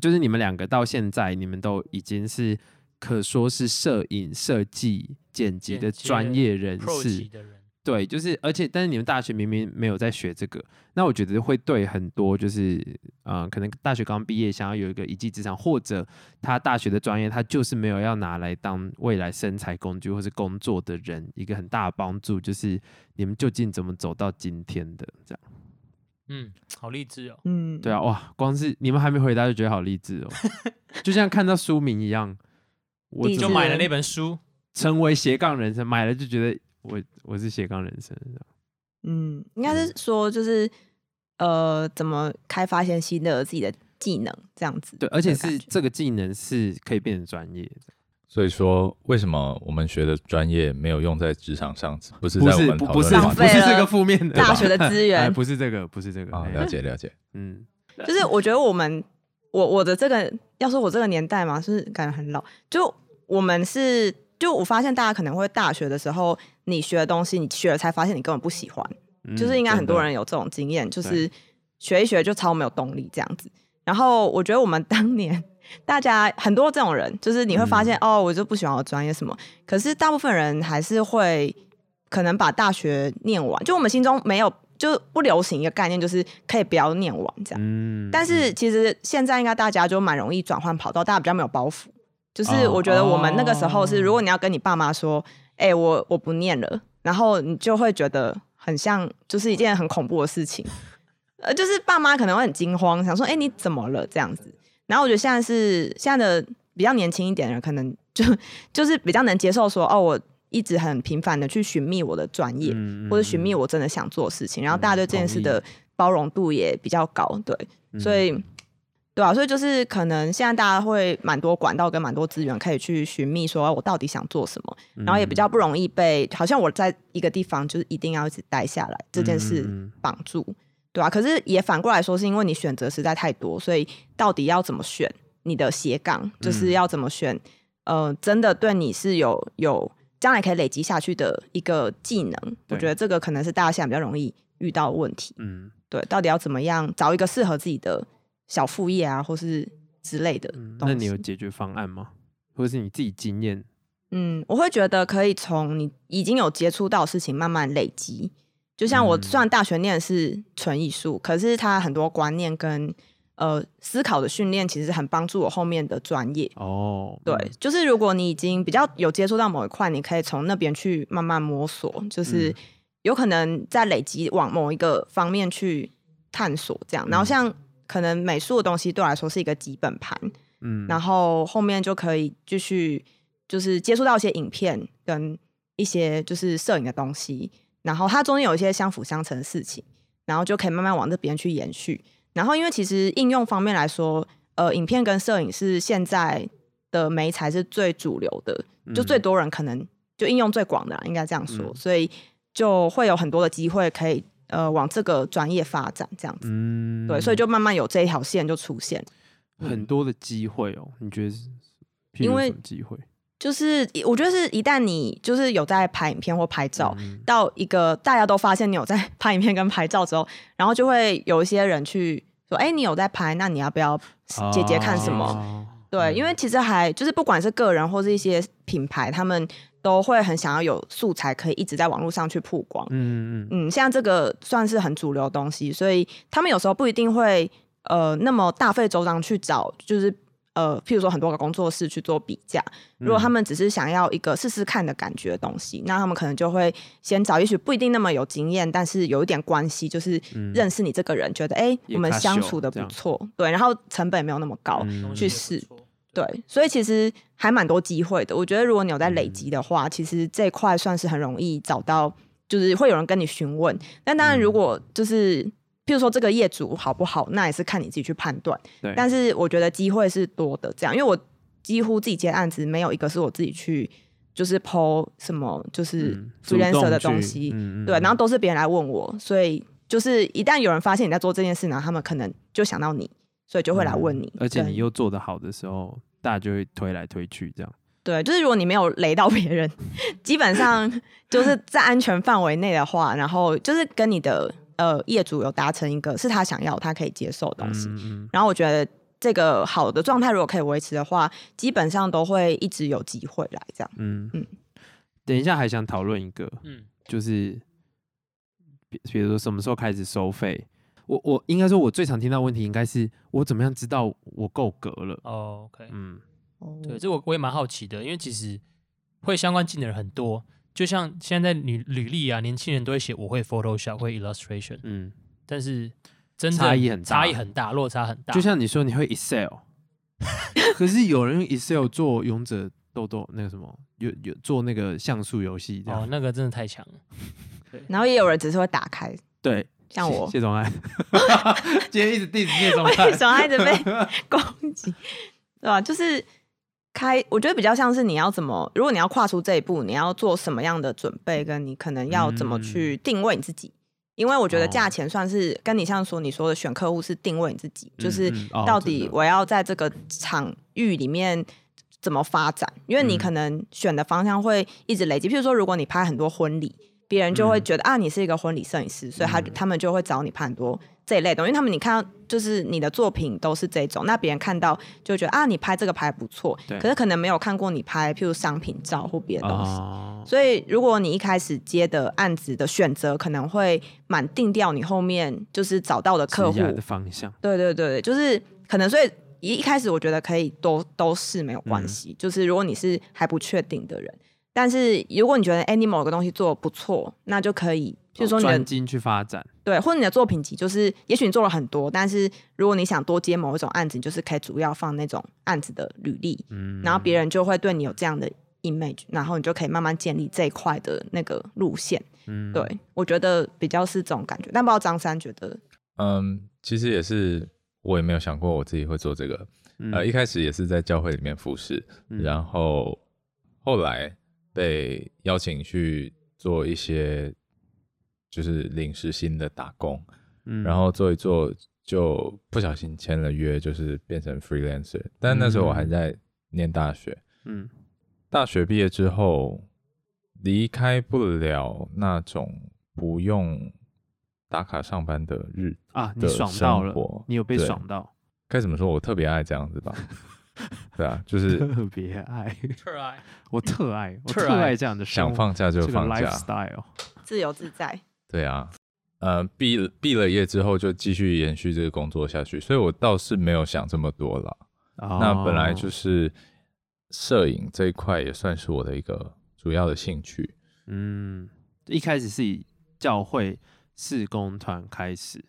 Speaker 2: 就是你们两个到现在，你们都已经是可说是摄影、设计、剪辑
Speaker 1: 剪
Speaker 2: 的
Speaker 1: 接
Speaker 2: 专业人
Speaker 1: pro 级
Speaker 2: 士，
Speaker 1: 的人，
Speaker 2: 对，就是而且但是你们大学明明没有在学这个，那我觉得会对很多就是嗯、呃可能大学刚毕业想要有一个一技之长，或者他大学的专业他就是没有要拿来当未来生财工具或是工作的人，一个很大的帮助就是你们究竟怎么走到今天的这样。
Speaker 1: 嗯，好励志哦。
Speaker 3: 嗯，
Speaker 2: 对啊，哇，光是你们还没回答就觉得好励志哦，就像看到书名一样，我
Speaker 3: 励
Speaker 2: 怎
Speaker 1: 就
Speaker 2: 么
Speaker 1: 买了那本书，
Speaker 2: 成为斜杠人生，买了就觉得我我是斜杠人生这样，
Speaker 3: 嗯，应该是说就是呃，怎么开发一些新的自己的技能这样子。
Speaker 2: 对，而且
Speaker 3: 的感
Speaker 2: 是
Speaker 3: 觉
Speaker 2: 这个技能是可以变成专业的，
Speaker 4: 所以说为什么我们学的专业没有用在职场上？不是
Speaker 2: 不
Speaker 4: 在我
Speaker 2: 是
Speaker 4: 们
Speaker 2: 不
Speaker 4: 讨
Speaker 2: 不
Speaker 4: 论
Speaker 2: 是
Speaker 4: 的
Speaker 3: 浪
Speaker 4: 话题
Speaker 2: 不
Speaker 3: 费
Speaker 2: 是这
Speaker 3: 了
Speaker 2: 个负面的
Speaker 3: 大
Speaker 2: 吧
Speaker 3: 学的 资
Speaker 2: 哎
Speaker 3: 源
Speaker 2: 不是这个不是这个，
Speaker 4: 啊，
Speaker 2: 哎
Speaker 4: 了解了解。
Speaker 2: 嗯，
Speaker 3: 就是我觉得我们，我我的这个，要说我这个年代嘛，是感觉很老。就我们是，就我发现大家可能会大学的时候，你学的东西，你学了才发现你根本不喜欢，
Speaker 2: 嗯
Speaker 3: 就是应该很多人有这种经验，就是学一学就超没有动力这样子。然后我觉得我们当年 大家很多这种人，就是你会发现、哦，我就不喜欢我专业什么，可是大部分人还是会可能把大学念完，就我们心中没有。就不流行一个概念，就是可以不要念完这样。
Speaker 2: 嗯，嗯，
Speaker 3: 但是其实现在应该大家就蛮容易转换跑道，大家比较没有包袱。就是我觉得我们那个时候是，
Speaker 2: 哦
Speaker 3: 如果你要跟你爸妈说，哎、我我不念了，然后你就会觉得很像就是一件很恐怖的事情，呃，就是爸妈可能会很惊慌，想说，哎、你怎么了这样子。然后我觉得现在是现在的比较年轻一点的人，可能就就是比较能接受说，哦，我一直很频繁的去寻觅我的专业，
Speaker 2: 嗯
Speaker 3: 或者寻觅
Speaker 2: 嗯
Speaker 3: 我真的想做的事情，然后大家对这件事
Speaker 2: 同意
Speaker 3: 的包容度也比较高，对，
Speaker 2: 嗯
Speaker 3: 所以对啊，所以就是可能现在大家会蛮多管道跟蛮多资源可以去寻觅，说啊我到底想做什么，然
Speaker 2: 嗯
Speaker 3: 后也比较不容易被好像我在一个地方就是一定要一直待下来这件事
Speaker 2: 嗯
Speaker 3: 绑住，对啊，可是也反过来说，是因为你选择实在太多，所以到底要怎么选你的斜杠，
Speaker 2: 嗯
Speaker 3: 就是要怎么选，呃，真的对你是有有将来可以累积下去的一个技能，我
Speaker 2: 对
Speaker 3: 觉得这个可能是大家现在比较容易遇到的问题。
Speaker 2: 嗯
Speaker 3: 对，到底要怎么样找一个适合自己的小副业啊，或是之类的
Speaker 2: 嗯嗯，
Speaker 3: 东西。
Speaker 2: 那你有解决方案吗？或者是你自己经验？
Speaker 3: 嗯，我会觉得可以从你已经有接触到的事情慢慢累积。就像我
Speaker 2: 嗯
Speaker 3: 虽然大学念的是纯艺术，可是它很多观念跟呃思考的训练，其实很帮助我后面的专业。
Speaker 2: 哦，
Speaker 3: 对，
Speaker 2: 嗯
Speaker 3: 就是如果你已经比较有接触到某一块，你可以从那边去慢慢摸索，就是
Speaker 2: 嗯
Speaker 3: 有可能在累积往某一个方面去探索这样。
Speaker 2: 嗯
Speaker 3: 然后像可能美术的东西对我来说是一个基本盘，
Speaker 2: 嗯，
Speaker 3: 然后后面就可以继续就是接触到一些影片跟一些就是摄影的东西，然后它中间有一些相辅相成的事情，然后就可以慢慢往这边去延续。然后因为其实应用方面来说，呃，影片跟摄影是现在的媒材是最主流的，就最
Speaker 2: 嗯
Speaker 3: 多人可能就应用最广的啦，应该这样说，
Speaker 2: 嗯
Speaker 3: 所以就会有很多的机会可以呃往这个专业发展这样子。
Speaker 2: 嗯，
Speaker 3: 对，所以就慢慢有这一条线就出现。
Speaker 2: 很多的机会哦，你觉得是譬
Speaker 3: 因
Speaker 2: 如
Speaker 3: 为
Speaker 2: 什么机会？
Speaker 3: 就是我觉得是一旦你就是有在拍影片或拍照，
Speaker 2: 嗯
Speaker 3: 到一个大家都发现你有在 拍影片跟拍照之后，然后就会有一些人去说：“哎、你有在拍，那你要不要姐姐看什么？”
Speaker 2: 哦
Speaker 3: 对，因为其实还就是不管是个人或是一些品牌，他们都会很想要有素材可以一直在网络上去曝光。
Speaker 2: 嗯嗯嗯，
Speaker 3: 嗯，像这个算是很主流的东西，所以他们有时候不一定会呃那么大费周章去找，就是呃，譬如说很多个工作室去做比价。
Speaker 2: 嗯
Speaker 3: 如果他们只是想要一个试试看的感觉的东西，那他们可能就会先找，也许不一定那么有经验，但是有一点关系，就是
Speaker 2: 嗯
Speaker 3: 认识你这个人，觉得哎、
Speaker 2: 也
Speaker 3: 我们
Speaker 2: 卡
Speaker 3: 相
Speaker 2: 秀
Speaker 3: 处的
Speaker 2: 这
Speaker 3: 不
Speaker 2: 样
Speaker 3: 错，对，然后成本也没有那么高，
Speaker 2: 嗯
Speaker 1: 东西
Speaker 3: 去
Speaker 1: 也不
Speaker 3: 试
Speaker 1: 错，
Speaker 3: 对，所以其实还蛮多机会的。我觉得如果你有在
Speaker 2: 嗯
Speaker 3: 累积的话，其实这一块算是很容易找到，就是会有人跟你询问。但当
Speaker 2: 嗯
Speaker 3: 然，如果就是、譬如说这个业主好不好，那也是看你自己去判断。
Speaker 2: 对，
Speaker 3: 但是我觉得机会是多的，这样，因为我几乎自己接案子，没有一个是我自己去就是剖什么就是
Speaker 2: 嗯主
Speaker 3: freelancer
Speaker 2: 动
Speaker 3: 的
Speaker 2: 去
Speaker 3: 东西，
Speaker 2: 嗯嗯
Speaker 3: 对，然后
Speaker 2: 嗯
Speaker 3: 都是别人来问我，所以就是一旦有人发现你在做这件事呢，他们可能就想到你，所以就会来问你。
Speaker 2: 嗯而且
Speaker 3: 对
Speaker 2: 你又做得好的时候，大家就会推来推去这样。
Speaker 3: 对，就是如果你没有雷到别人，基本上就是在安全范围内的话，然后就是跟你的呃业主有达成一个是他想要、他可以接受的东西。
Speaker 2: 嗯
Speaker 3: 然后我觉得这个好的状态如果可以维持的话，基本上都会一直有机会来这样。
Speaker 2: 嗯嗯
Speaker 3: 嗯。
Speaker 2: 等一下还想讨论一个，
Speaker 1: 嗯，
Speaker 2: 就是比比如说什么时候开始收费？我我应该说，我最常听到问题应该是我怎么样知道我够格了？
Speaker 1: 哦，OK，
Speaker 2: 嗯
Speaker 1: 对，这我我也蛮好奇的，因为其实会相关技能很多，就像现在履履历啊，年轻人都会写我会 Photoshop，会 Illustration，
Speaker 2: 嗯，
Speaker 1: 但是真正
Speaker 2: 差异很大
Speaker 1: 差异很大，落差很大。
Speaker 2: 就像你说你会 Excel，可是有人用 Excel 做勇者斗斗那个什么，有有做那个像素游戏这样。
Speaker 1: 哦，那个真的太强了。
Speaker 3: 然后也有人只是会打开，
Speaker 2: 对，
Speaker 3: 像我
Speaker 2: 谢，谢总 爱，今天一直 diss 谢总
Speaker 3: 为
Speaker 2: 爱。
Speaker 3: 什么一直被攻击？ 对吧、就是开，我觉得比较像是你要怎么，如果你要跨出这一步，你要做什么样的准备，跟你可能要怎么去定位你自己。因为我觉得
Speaker 2: 嗯哦
Speaker 3: 价钱算是跟你像说你说的选客户是定位你自己，就是
Speaker 2: 嗯哦
Speaker 3: 到
Speaker 2: 真
Speaker 3: 底
Speaker 2: 的
Speaker 3: 我要在这个场域里面怎么发展？因为
Speaker 2: 嗯
Speaker 3: 你可能选的方向会一直累积。譬如说，如果你拍很多婚礼，别人
Speaker 2: 嗯
Speaker 3: 就会觉得、啊，你是一个婚礼摄影师，所以他、他们就会找你拍很多这一类的东西。因为他们你看到就是你的作品都是这种，那别人看到就觉得啊，你拍这个拍得不错
Speaker 2: 对，
Speaker 3: 可是可能没有看过你拍譬如商品照或别的东西。
Speaker 2: 哦，
Speaker 3: 所以，如果你一开始接的案子的选择，可能会蛮定掉你后面就是找到的客户
Speaker 2: 职涯的方向。
Speaker 3: 对对对，就是可能，所以一一开始我觉得可以都都是没有关
Speaker 2: 嗯
Speaker 3: 系。就是如果你是还不确定的人，但是如果你觉得哎、你某个东西做的不错，那就可以，就是说你的、
Speaker 2: 哦专精去发展，
Speaker 3: 对，或者你的作品集，就是也许你做了很多，但是如果你想多接某一种案子，你就是可以主要放那种案子的履历，
Speaker 2: 嗯，
Speaker 3: 然后别人就会对你有这样的 image，然后你就可以慢慢建立这一块的那个路线。
Speaker 2: 嗯
Speaker 3: 对、我觉得比较是这种感觉，但不知道张三觉得
Speaker 4: 嗯，其实也是，我也没有想过我自己会做这个。
Speaker 2: 嗯
Speaker 4: 呃，一开始也是在教会里面服侍，
Speaker 2: 嗯
Speaker 4: 然后后来被邀请去做一些就是临时性的打工，
Speaker 2: 嗯
Speaker 4: 然后做一做就不小心签了约，就是变成 freelancer。但那时候我还在念大学，
Speaker 2: 嗯
Speaker 4: 大学毕业之后，离开不了那种不用打卡上班的日子
Speaker 2: 啊，你
Speaker 4: 的
Speaker 2: 爽到
Speaker 4: 生
Speaker 2: 了
Speaker 4: 活，
Speaker 2: 你有被
Speaker 4: 对
Speaker 2: 爽到，
Speaker 4: 该怎么说？我特别爱这样 子吧，对啊，就是
Speaker 2: 特别爱，
Speaker 1: Try
Speaker 2: 我特爱，我
Speaker 1: 特
Speaker 2: 特爱
Speaker 1: 爱
Speaker 2: 这样的生
Speaker 4: 想
Speaker 2: 活
Speaker 4: 放假就
Speaker 2: 这个
Speaker 4: 放假，
Speaker 2: lifestyle，
Speaker 3: 自由自在。
Speaker 4: 对啊，呃，毕了毕了业之后就继续延续这个工作下去，所以我倒是没有想这么多了。
Speaker 2: 哦
Speaker 4: 那本来就是是摄影这一块也算是我的一个主要的兴趣，
Speaker 2: 嗯，一开始是以教会事工团开始，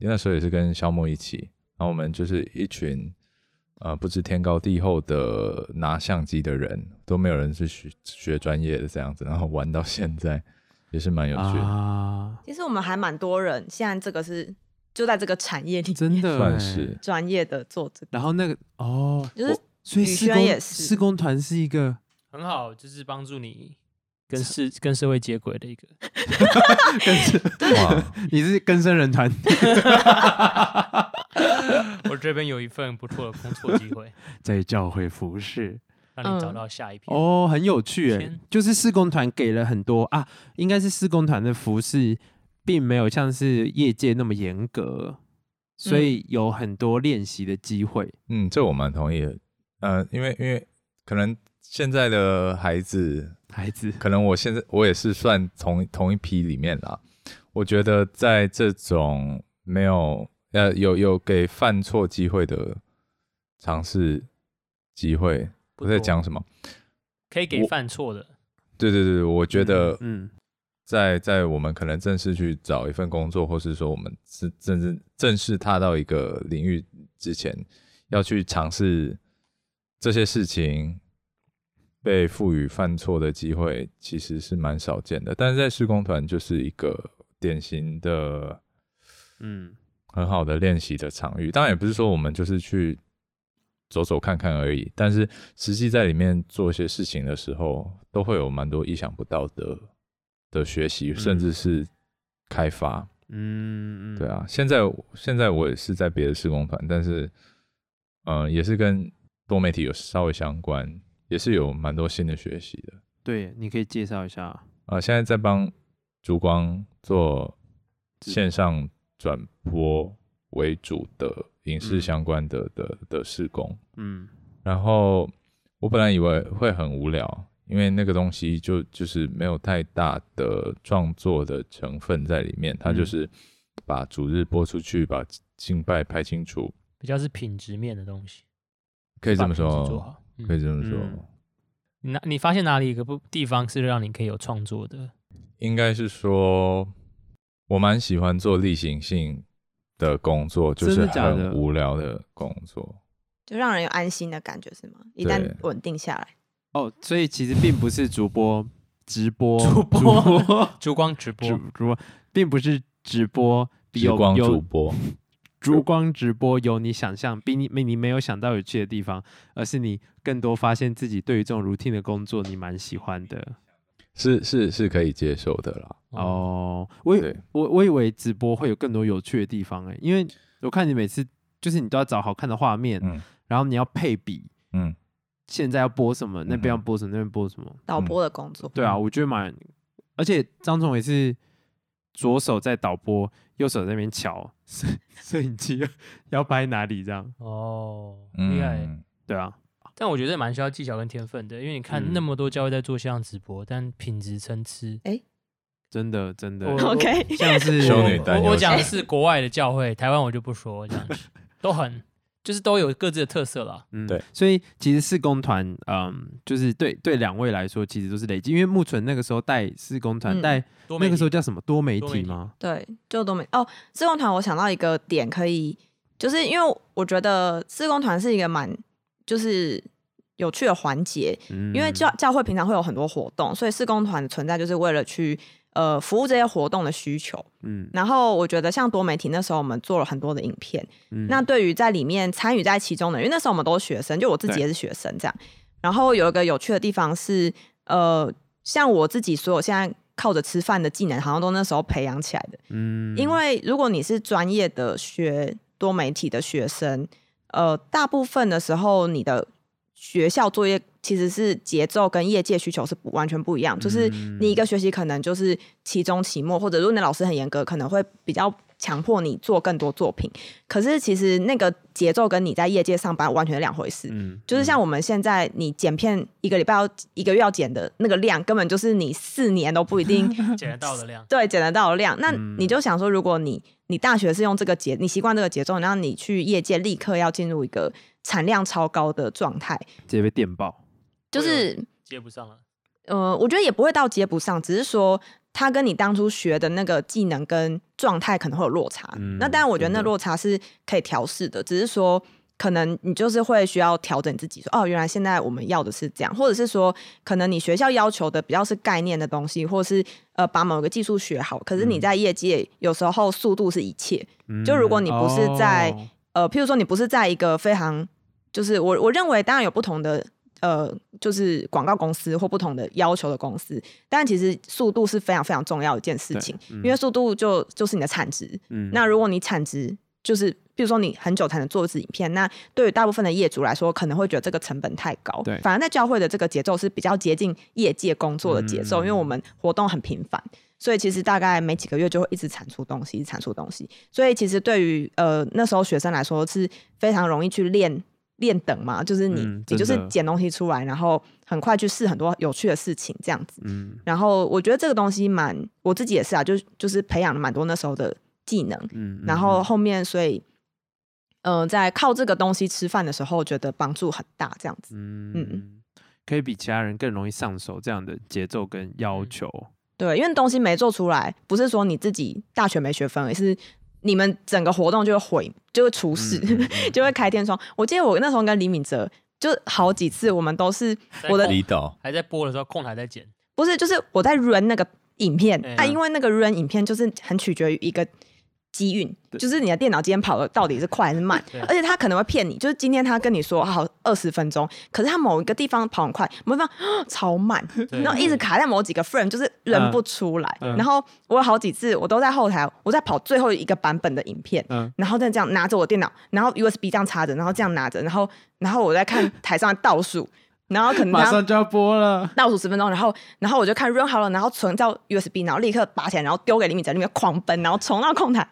Speaker 4: 那时候也是跟肖莫一起，然后我们就是一群呃不知天高地厚的拿相机的人，都没有人是学学专业的这样子，然后玩到现在也是蛮有趣的。
Speaker 2: 啊，
Speaker 3: 其实我们还蛮多人，现在这个是就在这个产业里
Speaker 2: 真的欸
Speaker 4: 算是。
Speaker 3: 专业的做这个，
Speaker 2: 然后那个哦，
Speaker 3: 就是
Speaker 2: 我所以
Speaker 3: 宇
Speaker 2: 施
Speaker 3: 轩
Speaker 2: 工
Speaker 3: 也是
Speaker 2: 施工团是一个
Speaker 1: 很好，就是帮助你跟社跟社会接轨的一个。
Speaker 2: 跟生，
Speaker 4: 哇，
Speaker 2: 你是跟生人 团，
Speaker 1: 我这边有一份不错的工作机会，
Speaker 2: 在教会服侍，
Speaker 1: 让你找
Speaker 3: 嗯
Speaker 1: 到下一篇。
Speaker 2: 哦，很有趣诶
Speaker 1: 天，
Speaker 2: 就是施工团给了很多啊，应该是施工团的服饰并没有像是业界那么严格，所
Speaker 1: 嗯
Speaker 2: 以有很多练习的机会。
Speaker 4: 嗯，这我蛮同意的。呃，因为因为可能现在的孩子，
Speaker 2: 孩子，
Speaker 4: 可能我现在我也是算同同一批里面啦。我觉得在这种没有呃有有给犯错机会的尝试机会，
Speaker 1: 不
Speaker 4: 我在
Speaker 1: 多
Speaker 4: 讲什么？
Speaker 1: 可以给
Speaker 4: 我
Speaker 1: 犯错的，
Speaker 4: 对对对，我 觉得
Speaker 2: 嗯，
Speaker 4: 在在我们可能正式去找一份工作，或是说我们是正正正式踏到一个领域之前，要去尝试这些事情，被赋予犯错的机会，其实是蛮少见的。但是在施工团就是一个典型的
Speaker 2: 嗯
Speaker 4: 很好的练习的场域。当然也不是说我们就是去走走看看而已，但是实际在里面做一些事情的时候，都会有蛮多意想不到的的学习，甚至是开发。
Speaker 2: 嗯嗯，
Speaker 4: 对，啊，现在现在我也是在别的施工团，但是嗯、呃也是跟多媒体有稍微相关，也是有蛮多新的学习的。
Speaker 2: 对，你可以介绍一下
Speaker 4: 啊、现在在帮烛光做
Speaker 2: 直
Speaker 4: 线上转播为主的影视
Speaker 2: 嗯
Speaker 4: 相关的、的的施工，
Speaker 2: 嗯
Speaker 4: 然后我本来以为会很无聊，因为那个东西就就是没有太大的创作的成分在里面，它
Speaker 2: 嗯
Speaker 4: 就是把主日播出去，把敬拜拍清楚，
Speaker 1: 比较是品质面的东西。
Speaker 4: 可以这
Speaker 1: 把
Speaker 4: 么
Speaker 1: 品质做
Speaker 4: 说，
Speaker 1: 好。嗯
Speaker 4: 哦可以这么说，
Speaker 2: 嗯
Speaker 1: 你哪你发现哪里一个不地方是让你可以有创作的？
Speaker 4: 应该是说我蛮喜欢做例行性的工作，就
Speaker 2: 真
Speaker 4: 是
Speaker 2: 的假的
Speaker 4: 很无聊的工作。
Speaker 3: 就让人有安心的感觉是吗？一旦稳定下来，
Speaker 2: 哦，所以其实并不是主播直播
Speaker 1: 主播
Speaker 2: 主 播
Speaker 1: 烛光直播
Speaker 2: 主主播，并不是直播。比
Speaker 4: 时
Speaker 2: 有
Speaker 4: 光主
Speaker 2: 有
Speaker 4: 播，
Speaker 2: 烛光直播有你想
Speaker 4: 嗯
Speaker 2: 象比你没你没有想到有趣的地方，而是你更多发现自己对于这种 routine 的工作你蛮喜欢的
Speaker 4: 是是是可以接受的啦。
Speaker 1: 哦，
Speaker 2: 哦。我以
Speaker 4: 对
Speaker 2: 我我以为直播会有更多有趣的地方哎、因为我看你每次就是你都要找好看的画面，
Speaker 4: 嗯
Speaker 2: 然后你要配比，
Speaker 4: 嗯，
Speaker 2: 现在要播什么，那边要
Speaker 4: 嗯哼嗯
Speaker 2: 播什么，那边播什么。
Speaker 3: 导播的工作，
Speaker 2: 对啊，我觉得蛮，而且张总也是左手在导播，右手在那边瞧摄摄影机要要拍哪里这样，
Speaker 1: 哦，厉害。
Speaker 4: 嗯，
Speaker 2: 对啊，
Speaker 1: 但我觉得蛮需要技巧跟天分的，因为你看
Speaker 2: 嗯
Speaker 1: 那么多教会在做线上直播，但品质参差。
Speaker 2: 真的真的。
Speaker 1: 我
Speaker 3: OK，
Speaker 2: 像是
Speaker 4: 修女担
Speaker 1: 我
Speaker 4: 忧
Speaker 1: 我
Speaker 4: 是
Speaker 1: 讲的是国外的教会，台湾我就不说，这样子都很就是都有各自的特色啦。
Speaker 2: 嗯
Speaker 4: 对，
Speaker 2: 所以其实四工团，嗯，就是对对两位来说，其实都是累积，因为木纯那个时候带四工团，
Speaker 3: 嗯
Speaker 2: 带
Speaker 1: 多媒
Speaker 2: 那
Speaker 1: 体
Speaker 2: 个时候叫什么多媒
Speaker 1: 多媒
Speaker 2: 体
Speaker 1: 体
Speaker 2: 吗？
Speaker 3: 对，就都没哦。自工团，我想到一个点，可以就是因为我觉得自工团是一个蛮就是有趣的环节，
Speaker 2: 嗯，
Speaker 3: 因为教教会平常会有很多活动，所以施工团的存在就是为了去呃服务这些活动的需求。
Speaker 2: 嗯
Speaker 3: 然后我觉得像多媒体那时候我们做了很多的影片，
Speaker 2: 嗯
Speaker 3: 那对于在里面参与在其中的人，因为那时候我们都是学生，就我自己
Speaker 2: 对
Speaker 3: 也是学生这样。然后有一个有趣的地方是，呃，像我自己所有现在靠着吃饭的技能，好像都那时候培养起来的。
Speaker 2: 嗯
Speaker 3: 因为如果你是专业的学多媒体的学生，呃，大部分的时候你的学校作业其实是节奏跟业界需求是不完全不一样，就是你
Speaker 2: 嗯
Speaker 3: 一个学期可能就是期中、期末，或者如果你的老师很严格，可能会比较强迫你做更多作品。可是其实那个节奏跟你在业界上班完全是两回事。
Speaker 2: 嗯
Speaker 3: 就是像我们现在，你剪片一个礼拜要一个月要剪的那个量，根本就是你四年都不 一定
Speaker 1: 捡得到的量，
Speaker 3: 对，剪得到的量。那
Speaker 2: 嗯
Speaker 3: 你就想说，如果你你大学是用这个节，你习惯这个节奏，然后你去业界立刻要进入一个产量超高的状态，
Speaker 2: 直接被电爆，
Speaker 3: 就
Speaker 1: 会
Speaker 3: 是
Speaker 1: 接不上了。
Speaker 3: 呃，我觉得也不会到接不上，只是说他跟你当初学的那个技能跟状态可能会有落差。
Speaker 2: 嗯
Speaker 3: 那当然，我觉得
Speaker 2: 真
Speaker 3: 那
Speaker 2: 的
Speaker 3: 落差是可以调试的，只是说可能你就是会需要调整自己说哦，原来现在我们要的是这样，或者是说可能你学校要求的比较是概念的东西，或是呃把某个技术学好，可是你
Speaker 2: 嗯
Speaker 3: 在业界有时候速度是一切，
Speaker 2: 嗯
Speaker 3: 就如果你不是在
Speaker 2: 哦
Speaker 3: 呃，譬如说你不是在一个非常，就是我我认为当然有不同的呃，就是广告公司或不同的要求的公司，但其实速度是非常非常重要的一件事
Speaker 2: 对
Speaker 3: 情，
Speaker 2: 嗯
Speaker 3: 因为速度就就是你的产值。
Speaker 2: 嗯
Speaker 3: 那如果你产值就是比如说你很久才能做一次影片，那对于大部分的业主来说，可能会觉得这个成本太高。
Speaker 2: 对
Speaker 3: 反而在教会的这个节奏是比较接近业界工作的节奏，
Speaker 2: 嗯
Speaker 3: 因为我们活动很频繁。所以其实大概每几个月就会一直产出东西，一直产出东西。所以其实对于呃那时候学生来说是非常容易去练练等嘛，就是你、
Speaker 2: 嗯
Speaker 3: 你就
Speaker 2: 真
Speaker 3: 是
Speaker 2: 的
Speaker 3: 捡东西出来，然后很快去试很多有趣的事情这样子。
Speaker 2: 嗯
Speaker 3: 然后我觉得这个东西蛮，我自己也是啊，就是就是培养了蛮多那时候的技能，
Speaker 2: 嗯，
Speaker 3: 然后后面所以，嗯、在靠这个东西吃饭的时候，觉得帮助很大，这样子。
Speaker 2: 嗯
Speaker 3: 嗯
Speaker 2: 嗯，可以比其他人更容易上手这样的节奏跟要
Speaker 1: 嗯
Speaker 2: 求，
Speaker 3: 对，因为东西没做出来，不是说你自己大学没学分，而是你们整个活动就会毁，就会出事，
Speaker 2: 嗯 嗯
Speaker 3: 就会开天窗。我记得我那时候跟李敏哲。就好几次，我们都是
Speaker 1: 在
Speaker 3: 我的
Speaker 1: 控
Speaker 4: 离岛
Speaker 1: 还在播的时候，空台在剪，
Speaker 3: 不是，就是我在 run 那个影片，
Speaker 1: 哎
Speaker 3: 啊，
Speaker 1: 嗯
Speaker 3: 因为那个 run 影片就是很取决于一个机运，就是你的电脑今天跑的到底是快还是慢
Speaker 1: 对，
Speaker 3: 而且他可能会骗你，就是今天他跟你说啊好二十分钟，可是他某一个地方跑很快，某一个地方 超慢，
Speaker 1: 对
Speaker 3: 然后一直卡在某几个 frame，就是认不出来。
Speaker 2: 嗯嗯
Speaker 3: 然后我有好几次我都在后台，我在跑最后一个版本的影片，
Speaker 2: 嗯
Speaker 3: 然后再这样拿着我电脑，然后 USB 这样插着，然后这样拿着，然后然后我在看台上的倒数，然后可能
Speaker 2: 马
Speaker 3: 他
Speaker 2: 上就要播了，
Speaker 3: 倒数十分钟，然后然后我就看 run 好了，然后存到 USB，然后立刻拔起来，然后丢给李敏在那边狂奔，然后冲到空台，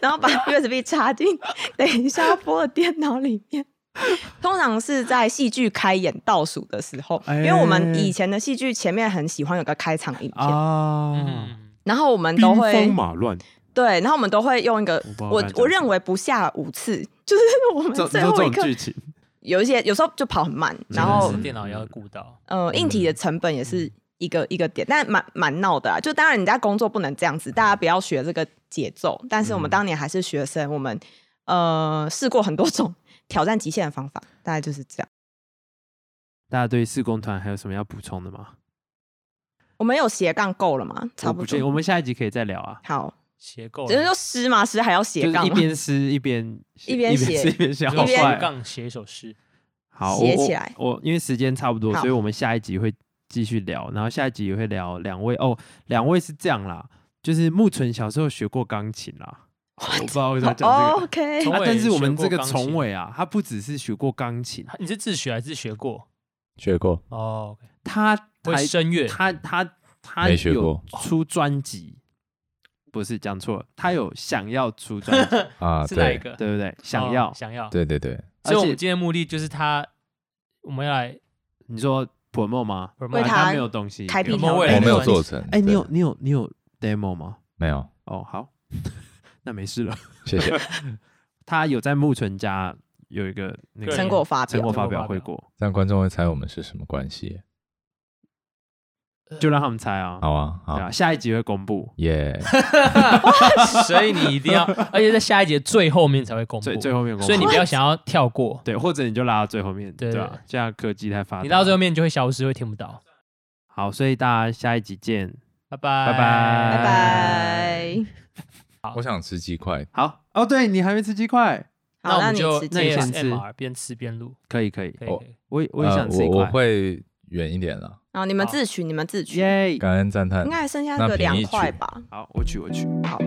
Speaker 3: 然后把 USB 插进等一下要播的电脑里面。通常是在戏剧开演倒数的时候，因为我
Speaker 2: 哎
Speaker 3: 们以前的戏剧前面很喜欢有个开场影片，
Speaker 2: 啊，
Speaker 1: 嗯，
Speaker 3: 然后我们都
Speaker 2: 兵
Speaker 3: 会
Speaker 2: 荒马乱，
Speaker 3: 对，然后我们都会用一个
Speaker 2: 我不知道
Speaker 3: 我
Speaker 2: 该讲
Speaker 3: 我
Speaker 2: 什
Speaker 3: 认
Speaker 2: 么
Speaker 3: 为不下五次，就是我们
Speaker 2: 哦这
Speaker 3: 最
Speaker 2: 这
Speaker 3: 后一
Speaker 2: 种
Speaker 3: 刻
Speaker 2: 剧 情，
Speaker 3: 有一些有时候就跑很慢，
Speaker 1: 真
Speaker 3: 然
Speaker 1: 的
Speaker 3: 后
Speaker 1: 是电脑也要顾到，
Speaker 2: 嗯
Speaker 3: 呃，硬体的成本也是一个、一个点，但蛮蛮闹的啊。就当然你在工作不能这样子，大家不要学这个节奏。但是我
Speaker 2: 嗯
Speaker 3: 们当年还是学生，我们呃试过很多种挑战极限的方法，大概就是这样。
Speaker 2: 大家对四公团还有什么要补充的吗？
Speaker 3: 我们有斜杠够了吗？差
Speaker 2: 我
Speaker 3: 不
Speaker 2: 确定
Speaker 3: 多。
Speaker 2: 我们下一集可以再聊啊，
Speaker 3: 好，
Speaker 1: 斜构
Speaker 3: 只是
Speaker 1: 了
Speaker 3: 说诗嘛，诗还要斜
Speaker 2: 就是
Speaker 3: 杠
Speaker 2: 一
Speaker 3: 嘛，
Speaker 2: 边撕一边
Speaker 3: 一边
Speaker 2: 撕
Speaker 3: 写
Speaker 2: 一边写，
Speaker 1: 就
Speaker 2: 好
Speaker 1: 是斜
Speaker 2: 坏哦。
Speaker 1: 杠写一首诗，
Speaker 2: 好，
Speaker 3: 写
Speaker 2: 我
Speaker 3: 起来
Speaker 2: 我。我因为时间差不多，
Speaker 3: 好
Speaker 2: 所以我们下一集会继续聊，然后下一集也会聊两位哦，两位是这样啦，就是木纯小时候学过钢琴 啦，我不知道为什么讲这个。
Speaker 3: OK，
Speaker 1: 从
Speaker 2: 啊、但是我们
Speaker 1: 崇伟
Speaker 2: 这个
Speaker 1: 学过钢琴
Speaker 2: 崇伟啊，他不只是学过钢琴，
Speaker 1: 你是自学还是学过？
Speaker 4: 学过，
Speaker 1: 哦，
Speaker 2: 他
Speaker 1: 会
Speaker 2: 还
Speaker 1: 声乐，
Speaker 2: 他他他
Speaker 4: 没学
Speaker 2: 有
Speaker 4: 过
Speaker 2: 出专辑，不是讲错了，他有想要出专 辑，
Speaker 4: 啊，
Speaker 1: 是哪一
Speaker 4: 对
Speaker 1: 个？
Speaker 2: 对不对？想
Speaker 1: 哦
Speaker 2: 要，
Speaker 1: 想要，
Speaker 4: 对对对，
Speaker 1: 所以我
Speaker 2: 而且
Speaker 1: 们今天的目的就是他，我们要来
Speaker 2: 你说 promo 吗？
Speaker 1: promote
Speaker 3: 为
Speaker 2: 啊
Speaker 3: 他
Speaker 2: 没有东西
Speaker 3: 开
Speaker 2: 给我
Speaker 3: 辟
Speaker 2: 们
Speaker 1: 条
Speaker 4: 我
Speaker 1: 件
Speaker 4: 没有做成。
Speaker 2: 哎，你
Speaker 4: 对
Speaker 2: 有你有你有 demo 吗？
Speaker 4: 没有？
Speaker 2: 哦，好， 那没事了。
Speaker 4: 谢谢。
Speaker 2: 他有在木纯家有一个那个
Speaker 1: 对
Speaker 3: 成果发
Speaker 2: 成
Speaker 3: 表
Speaker 2: 果，
Speaker 1: 成
Speaker 2: 发
Speaker 1: 果
Speaker 2: 表
Speaker 1: 发
Speaker 2: 会
Speaker 1: 表
Speaker 2: 过，
Speaker 4: 但观众会猜我们是什么关系？
Speaker 2: 就让他们猜啊。
Speaker 4: 好啊，
Speaker 2: 对
Speaker 4: 好
Speaker 2: 啊，，下一集会公布，
Speaker 4: 耶！
Speaker 1: 所以你一定要，而且在下一节最后面才会公布
Speaker 2: 最，最后面公布。
Speaker 1: 所以你不要想要跳过，
Speaker 2: 对，或者你就拉到最后面，
Speaker 1: 对
Speaker 2: 对吧？现在科技太发达，
Speaker 1: 你到最后面就会消失，会听不到。
Speaker 2: 好，所以大家下一集见。
Speaker 1: 拜拜
Speaker 2: 拜拜
Speaker 3: 拜拜。
Speaker 4: 我想吃鸡块，
Speaker 2: 好哦，对你还没吃鸡块，
Speaker 1: 那
Speaker 3: 好，
Speaker 1: 我
Speaker 3: 那
Speaker 1: 们
Speaker 3: 你啊
Speaker 1: 就
Speaker 3: 直
Speaker 2: 那你
Speaker 3: 接
Speaker 2: 先
Speaker 3: 吧
Speaker 2: 吃哦
Speaker 1: ASMR 边吃边录，
Speaker 2: 可以可以，
Speaker 1: 可以可以。
Speaker 2: 我也我也
Speaker 4: 呃，
Speaker 2: 想吃
Speaker 4: 我
Speaker 2: 一
Speaker 4: 我
Speaker 2: 块，
Speaker 4: 会远一点了。
Speaker 3: 啊，你们
Speaker 1: 好
Speaker 3: 自取，你们自取，
Speaker 2: 耶！
Speaker 4: 感恩赞叹
Speaker 3: 应，该还剩下
Speaker 4: 那
Speaker 3: 个
Speaker 4: 凭
Speaker 3: 两
Speaker 4: 一
Speaker 3: 块
Speaker 4: 取
Speaker 3: 吧。
Speaker 2: 好，我取我取。
Speaker 3: 好，